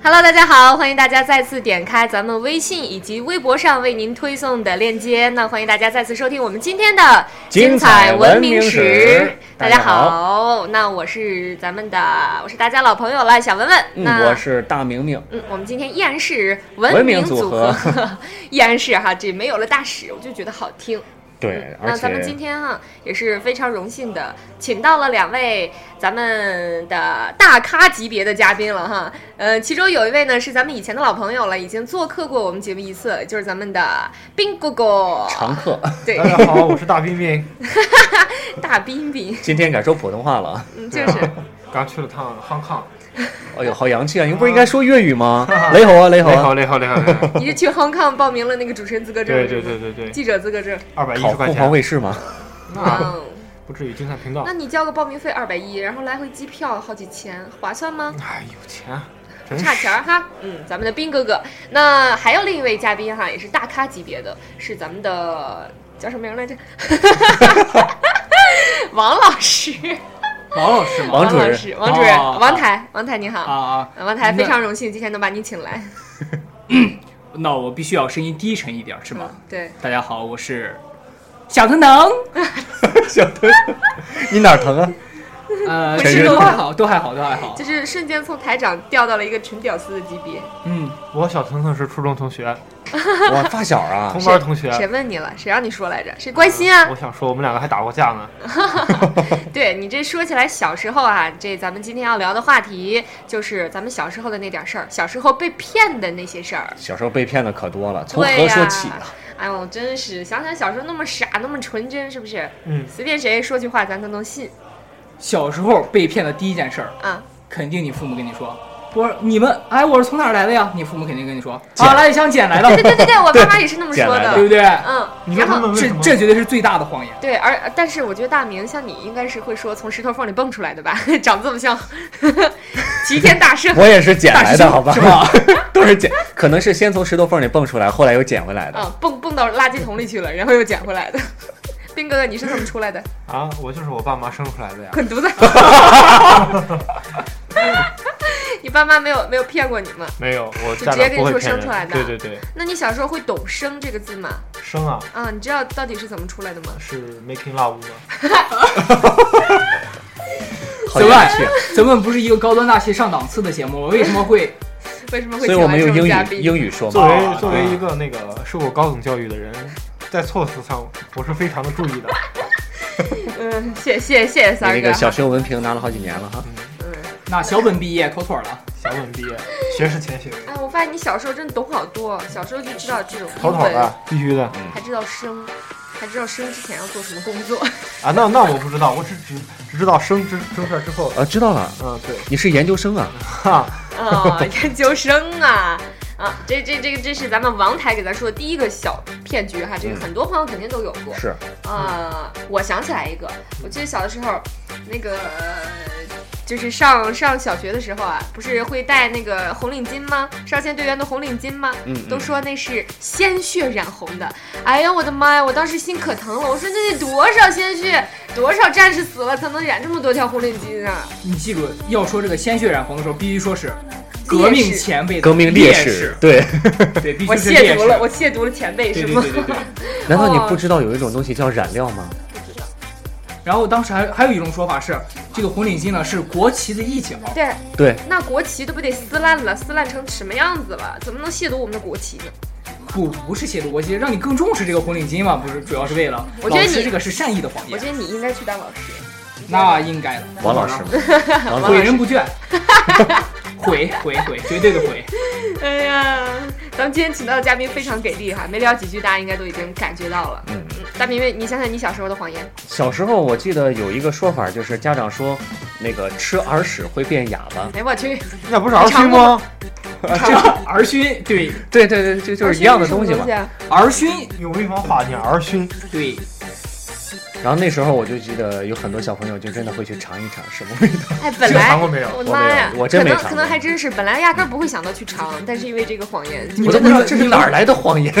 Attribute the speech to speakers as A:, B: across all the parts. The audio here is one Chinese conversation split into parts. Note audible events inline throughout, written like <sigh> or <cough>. A: Hello，大家好，欢迎大家再次点开咱们微信以及微博上为您推送的链接。那欢迎大家再次收听我们今天的
B: 精彩文
A: 明
B: 明史
A: 大
B: 大
A: 家
B: 家
A: 好，那我是咱们的，我是大家老朋友了，小文文。那
B: 嗯，我是大明明。
A: 嗯，我们今天依然是文
B: 文
A: 明
B: 明
A: 组
B: 组合
A: <laughs> 依然是哈，这没有了大使，我就觉得好听。
B: 对，而
A: 嗯那咱们今
B: 且
A: 天哈、啊也是非常荣幸的，请到了两位咱们的大咖级别的嘉宾了哈。呃，其中有一位呢是咱们以前的老朋友了，已经做客过我们节目一次，就是咱们的冰哥哥，
B: 常客 <laughs>
A: 对
C: 大，家好，我是大冰冰，
A: 大冰冰，
B: 今天敢说普通话了。
A: 嗯，就是
C: 刚去了趟 Hong Kong，
B: 哎呦，好洋气啊！您不是应该说粤语吗？ <laughs> 雷猴啊，雷猴
C: 你哎好，
B: 啊！
C: 你好，你好，你 <laughs> 好
A: 你是去 Hong Kong 报名了那个主持人资格证，
C: 对对对对对，
A: 记者资格证，
C: 二百一
B: 考
C: 十块
B: 凤凰
C: 钱，
B: 卫视吗？
C: 那
A: 嗯，
C: 不至于精彩频道
A: 那，你交个报名费二百一，然后来回机票好几千，划算吗？
C: 哎，有钱，真
A: <laughs> 差
C: 是
A: 钱儿哈，嗯，咱们的斌哥哥，那还有另一位嘉宾哈，也是大咖级别的，是咱们的叫什么名来着？ <laughs> 王老师，
D: 王老师吗？
B: <laughs> 王
A: 王
B: 主
A: 老
B: 任
A: 师，王主任，
D: 哦
A: 王台，王台你好，
D: 啊啊！
A: 王台非
D: 那
A: 常荣幸今天能把你请来，
D: <laughs> 那我必须要声音低沉一点儿，是吗？
A: 嗯，对，
D: 大家好，我是小腾腾。
B: 小腿，你哪儿疼啊？
D: 呃，
A: 浑
D: 其
A: 身
D: 实
A: 都
D: 都
A: 是
D: 还好，都还好，都还好
A: 就。是瞬间从台长掉到了一个纯屌丝的级别，
D: 嗯，
C: 我小腾腾是初中同学，
B: 我发小啊
C: 同！班同学，
A: 谁问你了？谁让你说来着？谁关心啊
C: 我？想说我们两个还打过架呢，
A: 对你这说起来，小时候啊，这咱们今天要聊的话题就是咱们小时候的那点事儿，小时候被骗的那些事儿。
B: 小时候被骗的可多了，从
A: 对
B: 何
A: 呀
B: 说起啊？
A: 哎呦，真是想想小时候那么傻，那么纯真，是不是？
C: 嗯，
A: 随便谁说句话，咱都能信
D: 小时候被骗的第一件事儿，
A: 啊！
D: 肯定你父母跟你说，不是你们，哎，我是从哪儿来的呀？你父母肯定跟你说，
B: 捡
D: 啊，来一箱捡来的，
A: 对对对对，我妈妈也是那么
B: 捡
A: 说
B: 来
D: 对
A: 的。
D: 不对？
A: 嗯，
C: 你说
A: 然
C: 他
A: 后
C: 们为
D: 这
C: 什么？
D: 这绝对是最大的谎言。
A: 对，而但是我觉得大明像你应该是会说从石头缝里蹦出来的吧， <laughs> 长这么像，齐天大
B: <laughs>
A: 圣。
B: 我也是捡来的，好吧
D: 是？吧？
B: <laughs> 都是捡，可能是先从石头缝里蹦出来，后来又捡回来的。
A: 嗯，蹦蹦到垃圾桶里去了，然后又捡回来的。 <laughs> 斌哥哥，你是怎么出来的？
C: 啊，我就是我爸妈生出来
A: <laughs>
C: 的呀，
A: 滚犊子！你爸妈没有没有骗过你吗？
C: 没有，我
A: 就
C: 家
A: 直接
C: 长
A: 跟
C: 不
A: 你
C: 会
A: 说
C: 骗
A: 生出来
C: 人，
A: 的
C: 对对对，
A: 那你小时候会懂“生”这个字吗？
C: 生啊
A: 啊，你知道到底是怎么出来的吗？
C: 是 making love 吗？
B: 好
D: 咱们
B: 有趣。
D: 咱们不是一个高端大气上档次的节目，我为什么会
A: 为什么
B: 所
A: 会
B: 以
A: 请
B: 我
A: 来
B: 们
A: 这
B: 用
A: 种
B: 英
A: 嘉
B: 语
A: 宾？
B: 英语说
C: 作
B: 嘛。啊
C: 为作为一个那个受过高等教育的人，在措辞上我是非常的注意的，
A: 嗯，谢谢谢谢三儿
B: 那
A: 哥。
B: 个小学文凭拿了好几年了哈。
A: 嗯，
D: 那小本毕业妥妥了？
C: 小本毕业，学识前行，
A: 哎，我发现你小时候真的懂好多，小时候就知道这种
C: 妥妥
A: 英
B: 啊
A: 文，
C: 的，必须的。
A: 还知道生，还知道生之前要做什么工
B: <laughs>
A: 作。
C: 啊，那那我不知道，我只只只知道生之生出来之后，
B: 啊，知道了，
C: 嗯，对，
B: 你是研究生啊？
C: 哈，
A: 啊，研究生啊。啊，这这这个这是咱们王台给咱说的第一个小骗局哈，这个
B: 嗯
A: 很多朋友肯定都有过。
B: 是，
A: 啊、我想起来一个，我记得小的时候，那个就是上上小学的时候啊，不是会戴那个红领巾吗？少先队员的红领巾吗？
B: 嗯嗯
A: 都说那是鲜血染红的。哎呀，我的妈呀！我当时心可疼了，我说那得多少鲜血，多少战士死了才能染这么多条红领巾啊？
D: 你记住，要说这个鲜血染红的时候，必须说是革命前辈、
B: 革命烈
D: 烈
B: 士，，哦对。
D: 对，必
A: 我
D: 须是
A: 亵
D: 烈
A: 渎
D: 士。
A: 了，我亵渎了前辈
D: 对
A: 是
D: 对
A: 吗
D: 对？对对。
B: 难道你不知道有一种东西叫染料吗？
D: 然后当时还还有一种说法是，这个红领巾呢是国旗的啊一角，
A: <laughs> 对，
B: 对，
A: 那国旗都不得撕烂了，撕烂成什么样子了？怎么能亵渎我们的国旗呢？
D: 不不是亵渎国旗，让你更重视这个红领巾嘛，不是主要是为了
A: 我觉得
D: 老师
A: 你
D: 这个是善意的谎
A: 我
D: 言
A: 觉，得你应该去当老师。
D: 那应该的，
B: 王老 <laughs> 师吗？王老
D: 毁
B: 师，
D: 人
A: <laughs>
D: 不倦，毁毁毁，绝对的毁。
A: <laughs> 哎呀，咱们今天请到的嘉宾非常给力哈，没聊几句，大家应该都已经感觉到了。
B: 嗯，
A: 嗯，大明明，你想想你小时候的谎言，
B: 小时候我记得有一个说法，就是家长说，那个吃耳屎会变哑巴。
A: 哎
B: <laughs>
A: 我去，
C: 那不是儿虚吗？
D: 儿熏，对
B: 对对对，这就是一样的东西
A: 什么
B: 嘛
A: 东。西啊？
D: 儿熏，
C: 用潍坊话念儿熏，
D: 对，
B: 然后那时候我就记得有很多小朋友就真的会去尝一尝什么味道。
A: 哎，本
C: 这个
A: 来
C: 尝过没有
A: 我的妈
B: 我
A: 呀
B: 没，有我真没
A: 可能
B: 尝过嗯
A: 可能还真是，本来压根儿不会想到去尝，但是因为这个谎言，
D: 你
B: 我都
D: 真
B: 不
D: 的
B: 知道这是
D: 你
B: 哪儿来的谎言，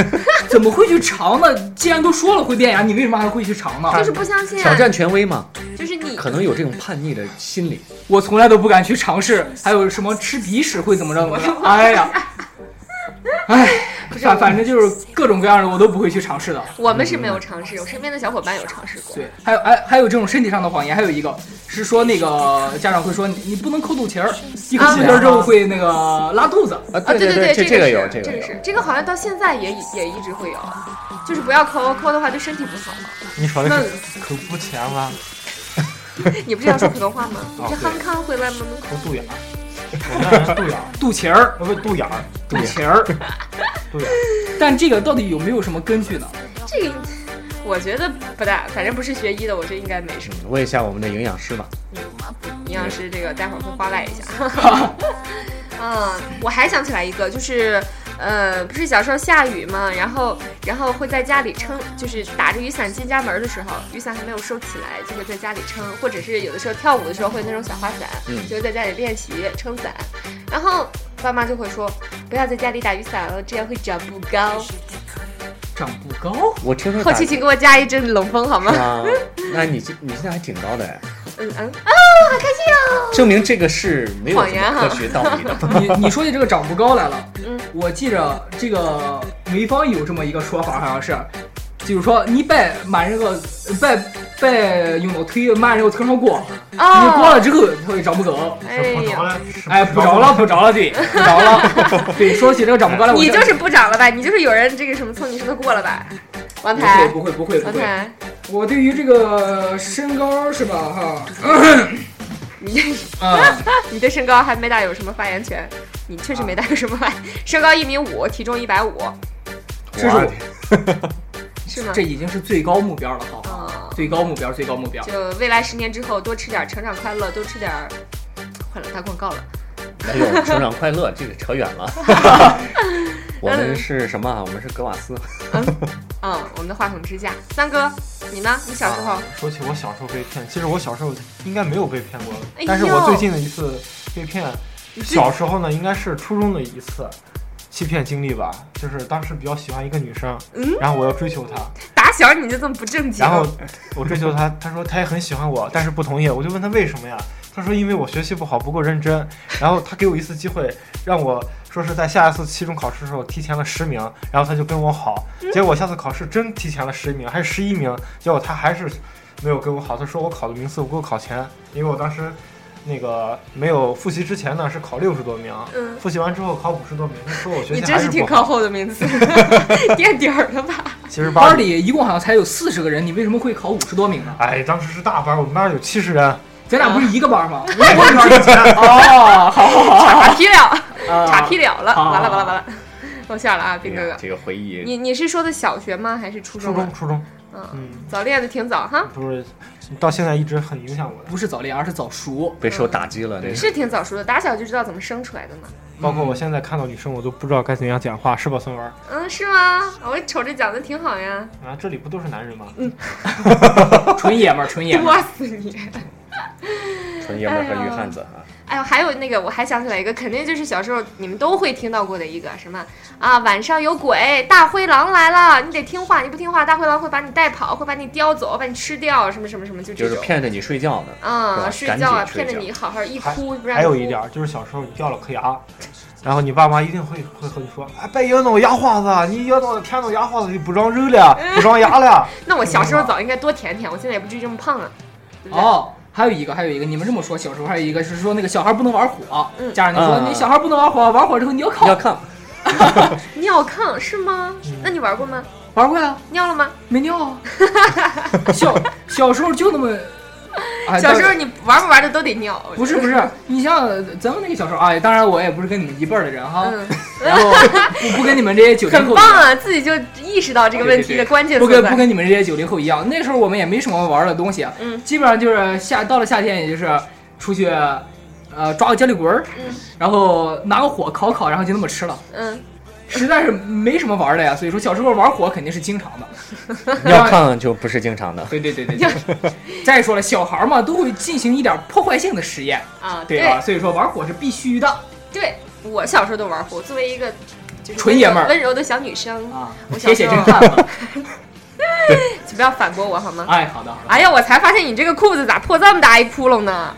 D: 怎么会去尝呢？既然都说了会变牙，你为什么还会去尝呢？
A: 就是不相信
B: 挑
A: 啊，
B: 战权威嘛，
A: 就是你
B: 可能有这种叛逆的心理。
D: 我从来都不敢去尝试，还有什么吃鼻屎会怎么着？我说，哎呀，
A: <laughs>
D: 哎，反反正就是各种各样的我都不会去尝试的。
A: 我们是没有尝试，我身边的小伙伴有尝试过。
D: 对，还有还还有这种身体上的谎言，还有一个是说那个家长会说你你不能抠肚脐儿，一抠肚脐儿之后会那个拉肚子。
B: 啊，
A: 啊，
B: 对
A: 对
B: 对，这
A: 这
B: 个
A: 是
B: 有，这
A: 这
B: 个有。
A: 是这个好像到现在也也一直会有，就是不要抠抠的话对身体不好嘛。
C: 你说的
A: 那
C: 是口不钱吗？
A: 你不是要说普通话吗？你
C: 哦
A: 是憨康回来吗？
C: 口
A: <laughs>
C: 肚眼儿，我那人是肚眼儿，
D: 肚脐儿，
C: 呃不肚眼儿，
D: 肚脐儿，
C: 肚眼儿。
D: 但这个到底有没有什么根据呢？
A: 这个我觉得不大，反正不是学医的，我觉得应该没什么。
B: 嗯问一下我们的营养师吧。
A: 营养师这个待会儿会花赖一
B: <laughs>
A: 下。嗯，我还想起来一个，就是，呃，不是小时候下雨嘛，然后，然后会在家里撑，就是打着雨伞进家门的时候，雨伞还没有收起来，就会在家里撑，或者是有的时候跳舞的时候会那种小花伞，
B: 嗯
A: 就会在家里练习撑伞，然后爸妈就会说，不要在家里打雨伞哦了，这样会长不高。
D: 长不高，
B: 我听说
A: 后
B: 打
A: 期请给我加一阵冷风好吗？
B: 啊，那你这你现在还挺高的哎，
A: 嗯嗯，
B: 证明这个是没有
A: 谎
B: 什
A: 言
B: 么
A: 哈
B: 科学道理的。
D: 你你说起这个长不高来了，
A: 嗯
D: 我记着这个潍坊有这么一个说法，好像是，就是说你别满这个别别用到腿满这个腿上过，你过
A: 哦，
D: 了之后它会长不高。
A: 哎
C: 是不着
A: 呀，
C: 了，
D: 哎，不着了，不着
A: <laughs>
D: 了，对，不着了。对，说起这个长不高来，我
A: 哎你就
D: 真
A: 是不长了吧？你就是有人这个什么蹭你是不是过了吧？王
D: 不会
A: 台，
D: 不会不会不
A: 王
D: 会。
A: 台，
D: 我对于这个身高是吧哈
A: 你 <laughs> 嗯
D: 啊，
A: 你对身高还没大有什么发言权？你确实没大有什么发言。 <laughs> 身高一米五，体重一百五，
D: 这是我
A: 是吗
D: 这？已经是最高目标了，好吧？
A: 啊，
D: 最高目标，最高目标。
A: 就未来十年之后多吃点成长快乐，多吃点儿。快乐打广告了，
B: 哎呦，成长快乐，这个扯远了。我们是什么啊？我们是格瓦斯。
A: 嗯，我们的话筒支架，三哥，你呢？你小时候
C: 啊，说起我小时候被骗，其实我小时候应该没有被骗过
A: 哎呦，
C: 但是我最近的一次被骗，小时候呢应该是初中的一次欺骗经历吧，就是当时比较喜欢一个女生，
A: 嗯
C: 然后我要追求她，
A: 打小你就这么不正经，
C: 然后我追求她，她说她也很喜欢我，但是不同意，我就问她为什么呀？她说因为我学习不好，不够认真，然后她给我一次机会，让我说是在下一次期中考试的时候提前了十名，然后她就跟我好，
A: 嗯
C: 结果下次考试真提前了十名，还是十一名，结果她还是没有跟我好，她说我考的名次不够考前，因为我当时那个没有复习之前呢是考六十多名，
A: 嗯，
C: 复习完之后考五十多名，她说我学
A: 你
C: 习
A: 真
C: 还
A: 是
C: 是
A: 挺
C: 不
A: 靠
C: 好，
A: 后的
C: <laughs>
A: 名字，垫底儿了吧？
C: 其实
D: 班
C: 班里。
D: 里一共好像才有四十个人，你为什么会考五十多名呢？
C: 哎，当时是大班，我们班有七十人，
D: 咱
A: 啊
D: 俩不是一
A: <laughs>
D: 个班吗？
C: 哦，好好好，
A: 差批了，差
D: 啊
A: 批了了，
D: 啊
A: 完了完了完了，露馅了啊，
B: 哎
A: 兵哥
B: 呀
A: 哥，
B: 这个回忆，
A: 你你是说的小学吗？还是初
C: 初
A: 中？
C: 中初中，
A: 嗯，
C: 嗯，
A: 早恋的挺早哈，
C: 不是，到现在一直很影响我的，
D: 不是早恋，而是早熟。
B: 备受打击了。那个
A: 是挺早熟的，打小就知道怎么生出来的嘛。
C: 包括我现在看到女生，我都不知道该怎样讲话，是吧，孙文？
A: 嗯，是吗？我瞅着讲的挺好呀，
C: 啊，这里不都是男人吗？
A: 嗯
D: 纯爷们儿，纯
B: 哎
D: 爷们儿。
A: 作死你！
B: 纯爷们儿和女汉子啊，
A: 哎呦，还有那个，我还想起来一个，肯定就是小时候你们都会听到过的一个什么啊，晚上有鬼，大灰狼来了，你得听话，你不听话，大灰狼会把你带跑，会把你叼走，把你吃掉，什么什么什么，就
B: 就
A: 这
B: 是
A: 种。
B: 骗着你睡觉呢。是
A: 啊、
B: 吧
A: 睡
B: 赶
A: 觉啊，
B: 紧睡
A: 骗着
B: 觉
A: 你好好一哭，不让
C: 还有一
A: 哭
C: 点儿就是小时候你掉了颗牙，然后你爸妈一定会会和你说，哎，别咬到我牙花子，啊你咬到我舔到牙花子就不长肉了，啊不长牙
A: <laughs>
C: 了。
A: 那我小时
D: 嗯
A: 候早应该多舔舔，我现在也不至于这么胖啊， <laughs> 对不对？
D: 哦，还有一个，还有一个，你们这么说，小时候还有一个是说那个小孩不能玩火，
A: 嗯
D: 家长就说
B: 嗯
D: 你小孩不能玩火，玩火之后你要靠
B: 要看
A: 尿炕是吗
C: 嗯？
A: 那你玩过吗？
D: 玩啊过呀，
A: 尿了吗？
D: 没尿
A: <laughs>
D: 啊。小小时候就那么，哎
A: 小时
D: 当
A: 候
D: 然
A: 你玩不玩的都得尿，
D: 不是
A: <laughs>
D: 不是，你像咱们那个小时候，哎，当然我也不是跟你们一辈儿的人哈，
A: 嗯，
D: 然后不不跟你们这些九零
A: 很
D: 后
A: 棒啊，自己就意识到这个问题的关键
D: 不
A: 所
D: 跟不
A: 在。
D: 跟你们这些九零后一样，那时候我们也没什么玩的东西，啊
A: 嗯
D: 基本上就是夏到了夏天，也就是出去，呃，抓个焦力棍儿，
A: 嗯
D: 然后拿个火烤烤，然后就那么吃了。
A: 嗯，
D: 实在是没什么玩的呀。所以说小时候玩火肯定是经常的。
B: 尿炕就不是经常的。
D: 对对对对对。再说了，小孩嘛都会进行一点破坏性的实验，
A: 啊，
D: 对吧？所以说玩火是必须的
A: 对，我小时候都玩火，作为一个就是
D: 纯爷们儿
A: 温柔的小女生，
D: 啊。
A: 我小
D: 铁血
A: 时
D: 侦
A: 候
D: 探嘛。
A: 请不要反驳我好吗？
D: <laughs> 哎，好的好的。
A: 哎呀，我才发现你这个裤子咋破这么大一窟窿呢？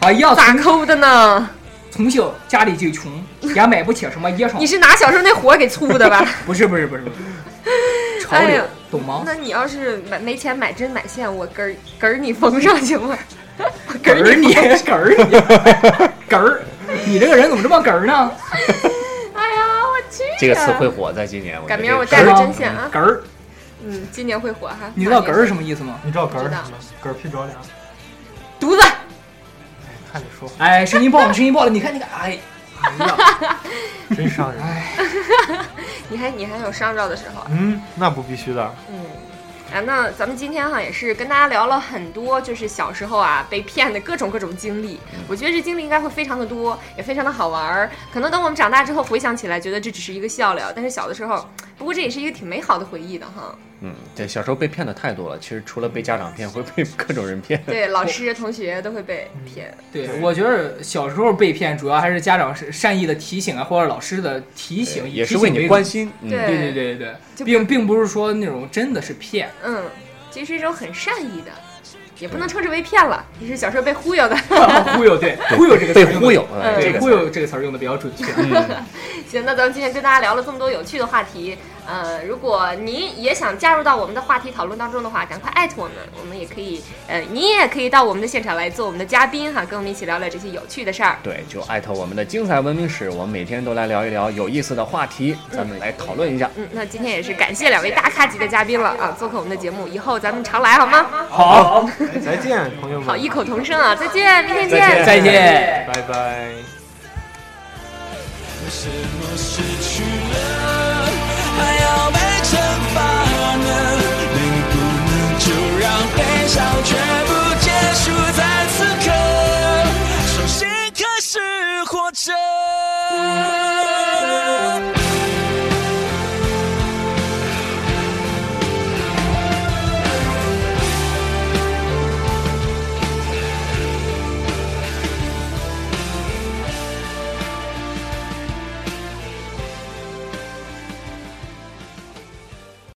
D: 哎呀，
A: 咋抠的呢？
D: 从小家里就
A: <laughs>
D: 穷，也买不起什么衣
A: 你
D: 裳。
A: 是拿小时候那火给粗的吧？
D: 不是不是不是不是，
A: <laughs>
D: 潮
A: 哎
D: 流
A: 呀
D: 懂吗？
A: 那你要是买没钱买针买线，我根儿根儿你缝上行吗？ <laughs> 我
D: 梗
A: 根
D: 儿
A: 儿
D: 你
A: <laughs> 你缝
D: 梗儿你 <laughs> 梗儿，你这个人怎么这么梗儿呢？
A: 哎呀，我去！
B: 这个词会火，在今年。我觉
A: 赶
B: 得
A: 明儿我
B: 这
A: 带
B: 个
A: 着
D: 是吗
A: 针线啊，
D: 梗儿，
A: 嗯，今年会火哈。
D: 你知道梗儿
A: 么？
D: 是什么意思吗？
C: 你知道嗝
A: 不
C: 儿
A: 知道
C: 什么？嗝屁着凉。
A: 犊子！
C: 哎，看你说话
D: 哎，声音爆了，声音爆了！你看那个，哎，哎呀，
C: 真伤
A: <laughs>
C: 人。
A: 哎你还你还有伤着的时候啊。
C: 嗯，那不必须的。
A: 嗯，啊，那咱们今天哈也是跟大家聊了很多，就是小时候啊被骗的各种各种经历。我觉得这经历应该会非常的多，也非常的好玩儿。可能等我们长大之后回想起来，觉得这只是一个笑料，但是小的时候，不过这也是一个挺美好的回忆的哈。
B: 嗯，对，小时候被骗的太多了。其实除了被家长骗，会被各种人骗。
A: 对，老师、同学都会被骗。
D: 对，我觉得小时候被骗，主要还是家长是善意的提醒啊，或者老师的提醒，以
B: 也
D: 提
B: 是
D: 醒
B: 为你
D: 主
B: 关。心。嗯
A: 对
D: 对对对对
A: 就
D: 对，并并不是说那种真的是骗， <laughs>
A: 嗯，这是一种很善意的，也不能称之为骗了，也是小时候被忽悠的。 <laughs>
D: 忽悠对忽悠这个词
B: 被
D: 儿用得
B: 忽悠，
A: 嗯
B: 这
D: 对
B: 个
D: 忽悠这个词儿用的嗯比较准确。
A: 行，那咱们今天跟大家聊了这么多有趣的话题，呃，如果您也想加入到我们的话题讨论当中的话，赶快艾特我们，我们也可以，呃，你也可以到我们的现场来做我们的嘉宾哈，跟我们一起聊聊这些有趣的事儿。
B: 对，就艾特我们的精彩文明史，我们每天都来聊一聊有意思的话题，咱们来讨论一下。
A: 嗯，那今天也是感谢两位大咖级的嘉宾了啊，做客我们的节目，以后咱们常来好吗？
D: 好，
C: 哎再见，朋友们。
A: 好，异口同声啊，再见，明天
B: 再
A: 见
B: 见。
D: 再见。
C: 拜拜。
E: 为什么失去了还要被惩罚呢？能不能就让悲伤全